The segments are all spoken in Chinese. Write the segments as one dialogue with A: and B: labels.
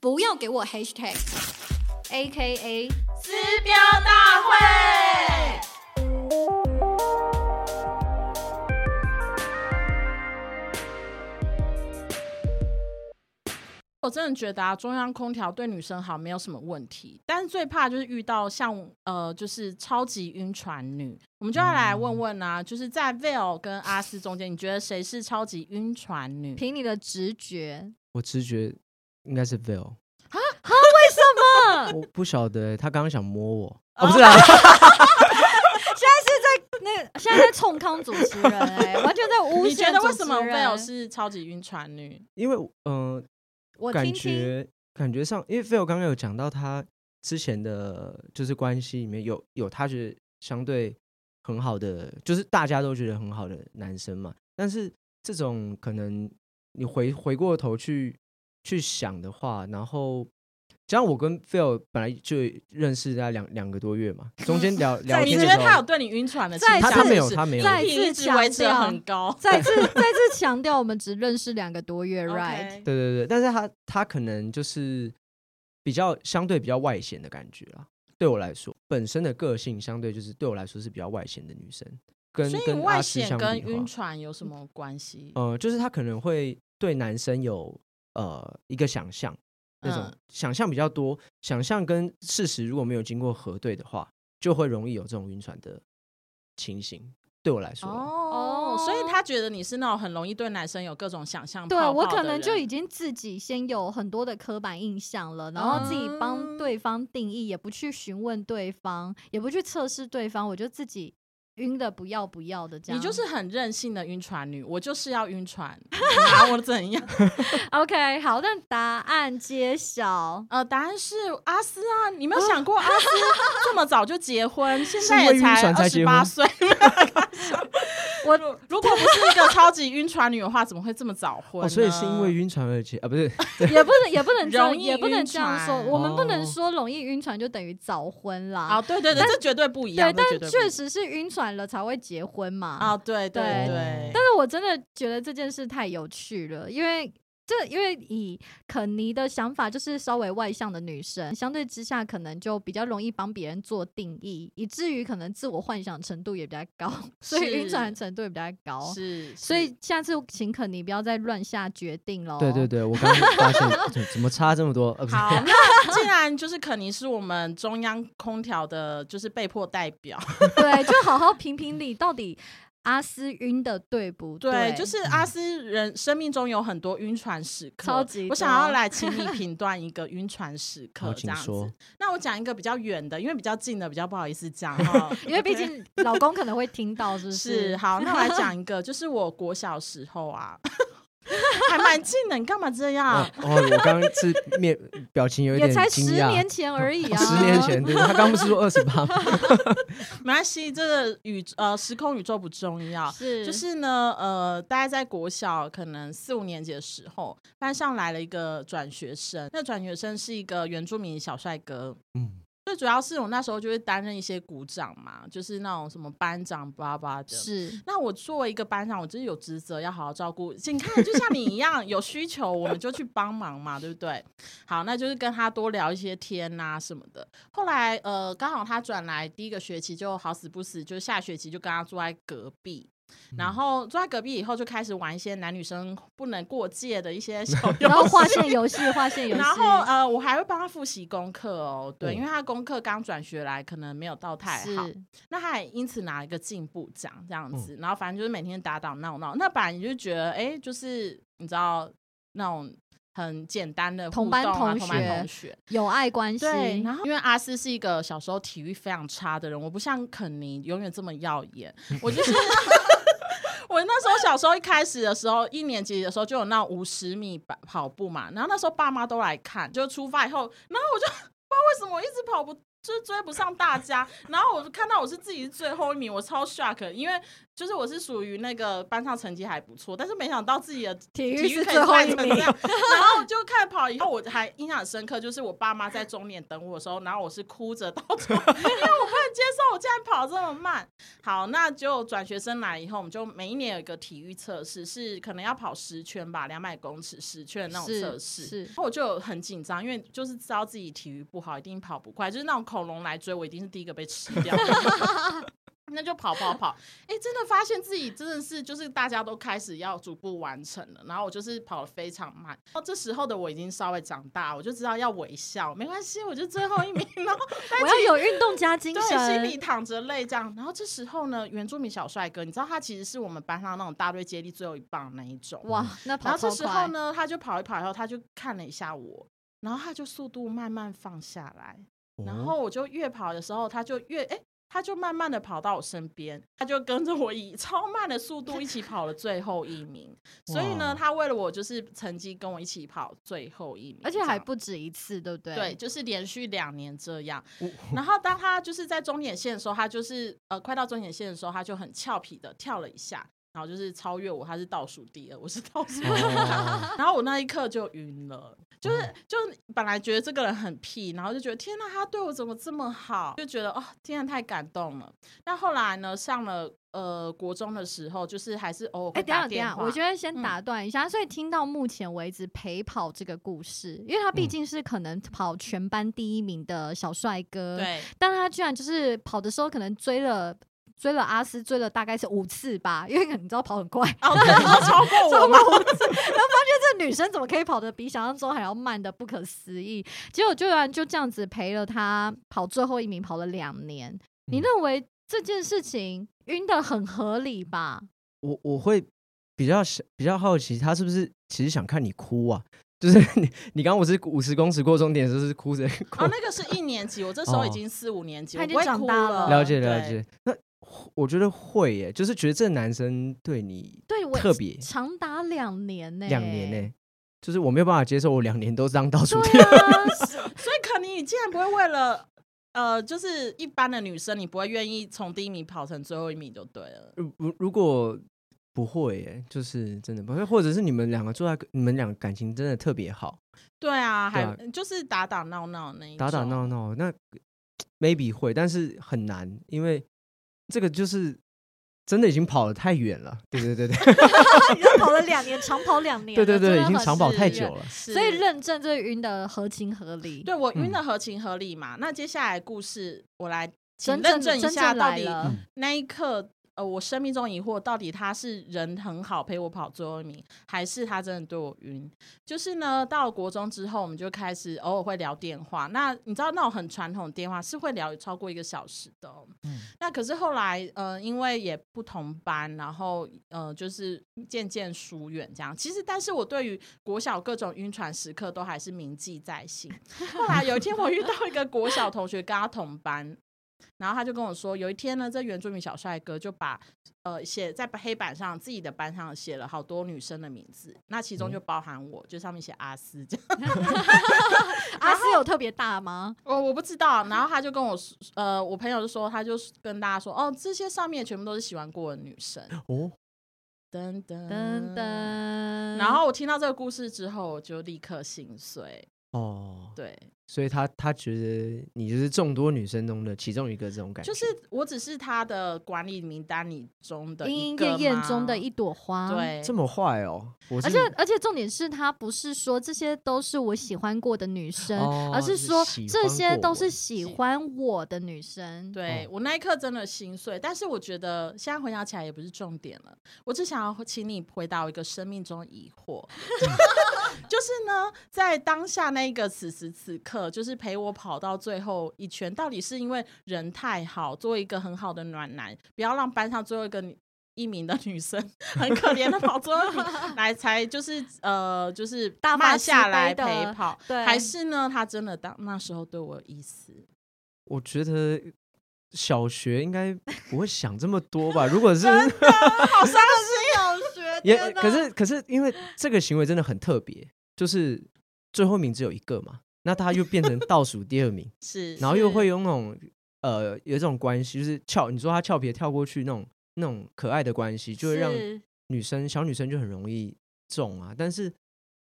A: 不要给我 hashtag。A K A
B: 撕标大会。
C: 我真的觉得啊，中央空调对女生好没有什么问题，但是最怕就是遇到像呃，就是超级晕船女。我们就要来
A: 嗯
C: 问问啊，就是在 Vel 跟阿斯中间，你觉得谁是超级晕船女？
A: 凭你的直觉，
D: 我直觉应该是 Bill，
A: 那
D: 我不晓得欸、他刚刚想摸我，哦，不是啊，
A: 那个现在在冲康主持人哎、 完全在诬陷
C: 你觉得为什么
A: 主持人
C: Vel 是超级晕船女？
D: 因为嗯、
A: 我
D: 感
A: 听听，
D: 觉感觉上，因为 Bill 刚刚有讲到他之前的就是关系里面有有他觉得相对很好的，就是大家都觉得很好的男生嘛，但是这种可能你回回过头去去想的话，然后。加上我跟 Phil 本来就认识大概两两个多月嘛，中间聊聊
C: 你
D: 天
C: 觉
D: 的
C: 得
D: 时候，
C: 他有对你晕船的倾
A: 再
C: 向？
A: 次他没
D: 有他没有
C: 一直一直维持得很高。
A: 再 次再次强调，我们只认识两个多月，right？
C: OK
D: 对对对，但是他他可能就是比较相对比较外显的感觉啦。对我来说，本身的个性相对就是对我来说是比较外显的女生，跟
C: 所以
D: 跟
C: 外
D: 阿诗
C: 显
D: 相比
C: 跟
D: 的
C: 晕
D: 话，
C: 船有什么关系？
D: 呃，就是她可能会对男生有呃一个想象，那种
C: 嗯
D: 想象比较多，想象跟事实如果没有经过核对的话，就会容易有这种晕船的情形。对我来说啦，
C: 哦
A: 哦，
C: 所以他觉得你是那种很容易对男生有各种想象
A: 对
C: 泡
A: 我
C: 泡
A: 可
C: 的
A: 能就
C: 人
A: 已经自己先有很多的刻板印象了，然后自己帮
C: 嗯
A: 对方定义，也不去询问对方，也不去测试对方，我就自己晕的不要不要的这样。
C: 你就是很任性的晕船女，我就是要 晕船，你拿我怎样？
A: OK 好，但答案揭晓。
C: 呃，答案是阿斯啊，你没有想过阿斯这么早就结婚，现在
D: 因为
C: 也
D: 晕
C: 才
D: 船
C: 二
D: 才
C: 十
D: 结
C: 八
D: 婚
C: 岁。
A: 我
C: 如如果不是一个超级晕船女的话，怎么会这么早婚呢？
D: 哦，所以是因为晕船而结啊，不是？
A: 也不能也不能这样，
C: 容易
A: 也不能
C: 晕
A: 这样说。
C: 船
A: 我们不能
D: 哦
A: 说容易晕船就等于早婚啦。
C: 啊，对对对，这绝对不一样，
A: 对，
C: 这绝
A: 但
C: 对不一
A: 确
C: 样
A: 实是晕船了才会结婚嘛。
C: 啊，
D: 哦
C: 对对
A: 对
C: 对，
A: 但是我真的觉得这件事太有趣了，因为。这因为以肯尼的想法，就是稍微外向的女生，相对之下可能就比较容易帮别人做定义，以至于可能自我幻想程度也比较高， 所以晕船程度也比较高。
C: 是，
A: 所
C: 是
A: 以下次请肯尼不要再乱下决定
C: 哦
A: 喽。
D: 对对对，我刚刚发现怎么怎么差这么多？呃、不是
C: 好，那既然就是肯尼是我们中央空调的，就是被迫代表，
A: 对，就好好评评理，到底阿斯晕的对不。
C: 对，就是是阿斯人生命中有很多晕船时刻，
A: 超级
C: 我想
A: 多，
C: 要来请你评断一个晕船时刻
D: 好
C: 这
D: 请
C: 样
D: 说
C: 子。那我讲一个比较远的，因为比较近的比较不好意思 讲哈
A: 因为毕竟老公可能会听到，是不
C: 是好，那我来讲一个，就是我国小时候啊， 还蛮近的，你干嘛这样？
D: 哦，哦我刚刚是面表情有一
A: 也
D: 点
A: 才
D: 惊
A: 十
D: 讶。
A: 年前而已啊，
D: 哦 十年前，对，他刚不是说二十八吗？
C: 没关系，这个宇呃时空宇宙不重要，
A: 是
C: 就是呢，呃，大概在国小可能四五年级的时候，班上来了一个转学生。那转学生是一个原住民小帅哥。
D: 嗯，
C: 最主要是我那时候就会担任一些鼓掌嘛，就是那种什么班长巴巴的。
A: 是
C: 那我作为一个班长，我就是有职责要好好照顾。请看，就像你一样，有需求我们就去帮忙嘛，对不对？好，那就是跟他多聊一些天呐、什么的。后来呃，刚好他转来第一个学期就好死不死，就下学期就跟他坐在隔壁。然后坐在隔壁以后，就开始玩一些男女生不能过界的一些小游
A: 然后划
C: 戏。
A: 线游戏，划线游戏，
C: 然后呃，我还会帮他复习功课哦，对，
D: 嗯
C: 因为他功课刚转学来，可能没有到太好。
A: 是嗯
C: 那他也因此拿了一个进步奖，这样子。然后反正就是每天打打闹闹。那本来你就觉得，哎、就是你知道那种很简单的
A: 同
C: 互
A: 班
C: 动啊
A: 同
C: 同班
A: 学
C: 同学，
A: 有爱关系，
C: 对，然后因为阿斯是一个小时候体育非常差的人，我不像肯尼永远这么耀 眼，我就是。我那时候小时候一开始的时候，一年级的时候就有那五十米跑 跑步嘛，然后那时候爸妈都来看，就出发以后，然后我就不知道为什么我一直跑不就是追不上大家。然后我就看到我是自己是最后一名，我超 shock，因为就是我是属于那个班上成绩还不错，但是没想到自己的
A: 体
C: 体
A: 育
C: 育
A: 是
C: 可以
A: 最后
C: 快
A: 一
C: 成这
A: 名，
C: 样，然后就看跑以后，我还印象很深刻，就是我爸妈在终点等我的时候，然后我是哭着到终， 因为我不能接受我竟然跑这么慢。好，那就转学生来以后，我们就每一年有一个体育测试，是可能要跑十圈吧，两百公尺十圈的那种测试。
A: 是是
C: 然后我就有很紧张，因为就是知道自己体育不好，一定跑不快，就是那种恐龙来追我，一定是第一个被吃 掉 的。那就跑跑跑，哎、真的发现自己真的是就是大家都开始要逐步完成了，然后我就是跑得非常慢。到这时候的我已经稍微长大，我就知道要微笑，没关系，我就最后一名， 然后
A: 我要有运动加精
C: 对，心里
A: 神，
C: 淌着泪这样。然后这时候呢，原住民小帅哥，你知道他其实是我们班上那种大队接力最后一棒的那一种。
A: 哇，那
C: 然
A: 跑
C: 后这
A: 超
C: 时候
A: 快，
C: 呢，他就跑一跑以后，他就看了一下我，然后他就速度慢慢放下来， 然
D: 哦
C: 后我就越跑的时候，他就越哎。他就慢慢的跑到我身边，他就跟着我以超慢的速度一起跑了最后一名。所以
D: 哇
C: 呢，他为了我就是成绩跟我一起跑最后一名，
A: 而且
C: 这
A: 还
C: 样
A: 不止一次，对不对？哦
C: 对，，就是连续两年这样。
D: 我
C: 然后当他就是在终点线的时候，他就是呃快到终点线的时候，他就很俏皮的跳了一下，然后就是超越我，他是倒数第二，我是倒 数第
D: 哦
C: 二，然后我那一刻就晕了。就是
A: 哦
C: 就是本来觉得这个人很屁，然后就觉得天呐，他对我怎么这么好？就觉得哦，天呐，太感动了。但后来呢，上了呃国中的时候，就是还是偶尔
A: 哎、
C: 会
A: 等一
C: 打
A: 下等一
C: 电
A: 下，
C: 话。
A: 我觉得先
C: 嗯
A: 打断一下。所以听到目前为止陪跑这个故事，因为他毕
D: 嗯
A: 竟是可能跑全班第一名的小帅哥，，
C: 对
A: 但他居然就是跑的时候可能追了追了阿斯，追了大概是五次吧，因为你知道跑很快，
C: 哦，对，你说超 过我吗？
A: 这女生怎么可以跑得比想象中还要慢的不可思议？结果居然就这样子陪了她跑最后一名，跑了两年。你
D: 嗯
A: 认为这件事情晕的很合理吧？
D: 我我会比较想比较好奇，他是不是其实想看你哭啊？就是你你刚刚我是五十公尺过终点的时候是哭着 哭
C: 哦，那个是一年级，我这时候已经四五年级，
A: 他
C: 我
A: 已经
C: 不会
A: 长
C: 哭
A: 大了
D: 哦了解
C: 对
D: 了解。那会我觉得会耶，就是觉得这男生对你
A: 对，我
D: 特别
A: 长达两年呢、
D: 两年呢，就是我没有办法接受我两年都这样倒数第
A: 对
D: 二。
A: 啊，
C: 所以可妮，你竟然不会为了呃，就是一般的女生，你不会愿意从第一名跑成最后一名就对了。
D: 如如如果不会耶，就是真的不会，或者是你们两个坐在你们两个感情真的特别好，
C: 对啊，还
D: 对啊
C: 就是打打闹闹那一
D: 打打
C: 种
D: 闹闹，那 maybe 会，但是很难，因为这个就是真的已经跑得太远了。对对对对
A: 你都啊跑了两年，长跑两年
D: 对
A: 了，
D: 对
A: 真
D: 对，
A: 的
D: 已经
A: 很
D: 长跑
A: 是
D: 太
A: 人
D: 久了。
C: 是，
A: 所以认证这个晕的合情合理。
C: 对我晕
D: 嗯
C: 的合情合理嘛。那接下来故事我来请
A: 真
C: 认
A: 正
C: 证一
A: 真
C: 下，
A: 正
C: 到
A: 来
C: 底
A: 了，
D: 嗯
C: 那一刻。呃，我生命中疑惑到底他是人很好陪我跑最后一名，还是他真的对我晕？就是呢，到了国中之后，我们就开始偶尔会聊电话。那你知道那种很传统的电话是会聊超过一个小时的哦、那可是后来，呃，因为也不同班，然后呃，就是渐渐疏远这样。其实，但是我对于国小各种晕船时刻都还是铭记在心。后来有一天，我遇到一个国小同学，跟他同班，然后他就跟我说，有一天呢，这原住民小帅哥就把呃写在黑板上自己的班上写了好多女生的名字，那其中就包含我，就上面写阿斯这样。
A: 阿斯啊有特别大吗？
C: 我我不知道，然后他就跟我说，呃，我朋友就说，他就跟大家说，哦，这些上面全部都是喜欢过的女生，
D: 哦，
C: 噔噔
A: 噔噔。
C: 然后我听到这个故事之后，我就立刻心碎。
D: 哦，
C: 对，
D: 所以他他觉得你就是众多女生中的其中一个这种感觉，
C: 就是我只是他的管理名单里中的
A: 莺
C: 一
A: 莺
C: 个
A: 燕燕
C: 吗
A: 中的一朵花，
C: 对，
D: 这么坏哦。我
A: 而
D: 是
A: 且而且重点是他不是说这些都是我喜欢过的女生，
D: 哦
A: 而是说
D: 是喜欢
A: 这些都是
D: 过
A: 喜欢我的女生。
C: 对、
D: 哦
C: 我那一刻真的心碎，但是我觉得现在回想起来也不是重点了。我只想要请你回答我一个生命中的疑惑， 就是呢，在当下那一个此时此刻，就是陪我跑到最后一圈，到底是因为人太好，做一个很好的暖男，不要让班上最后一个女一名的女生 很可怜的跑最后 一名来，才就是呃，就是
A: 大发
C: 慢
A: 慈
C: 下来
A: 悲的
C: 陪跑，
A: 对
C: 还是呢，他真的当那时候对我有意思。
D: 我觉得小学应该不会想这么多吧？如 果是
A: 哦
C: 好伤心。
A: 小学
D: 也可是可是因为这个行为真的很特别，就是最后名只有一个嘛。那他又变成倒数第二名，
C: 是，
D: 然后又会有那种呃有一种关系，就是翘你说他俏皮跳过去那种那种可爱的关系，就会让
A: 是
D: 女生小女生就很容易中啊。但是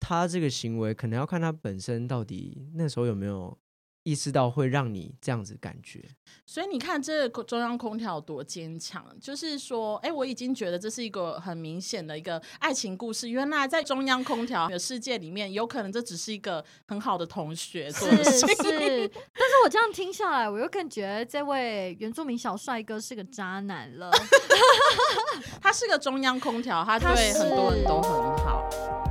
D: 他这个行为可能要看他本身到底那时候有没有意识到会让你这样子感觉。
C: 所以你看，这个中央空调有多坚强，就是说，哎、我已经觉得这是一个很明显的一个爱情故事。原来在中央空调的世界里面，有可能这只是一个很好的同学做的
A: 是
C: 事
A: 是，但
C: 情。
A: 是我这样听下来，我又更觉得这位原住民小帅哥是个渣男了。
C: 他是个中央空调，他
A: 他
C: 对很多人
A: 是
C: 都很好。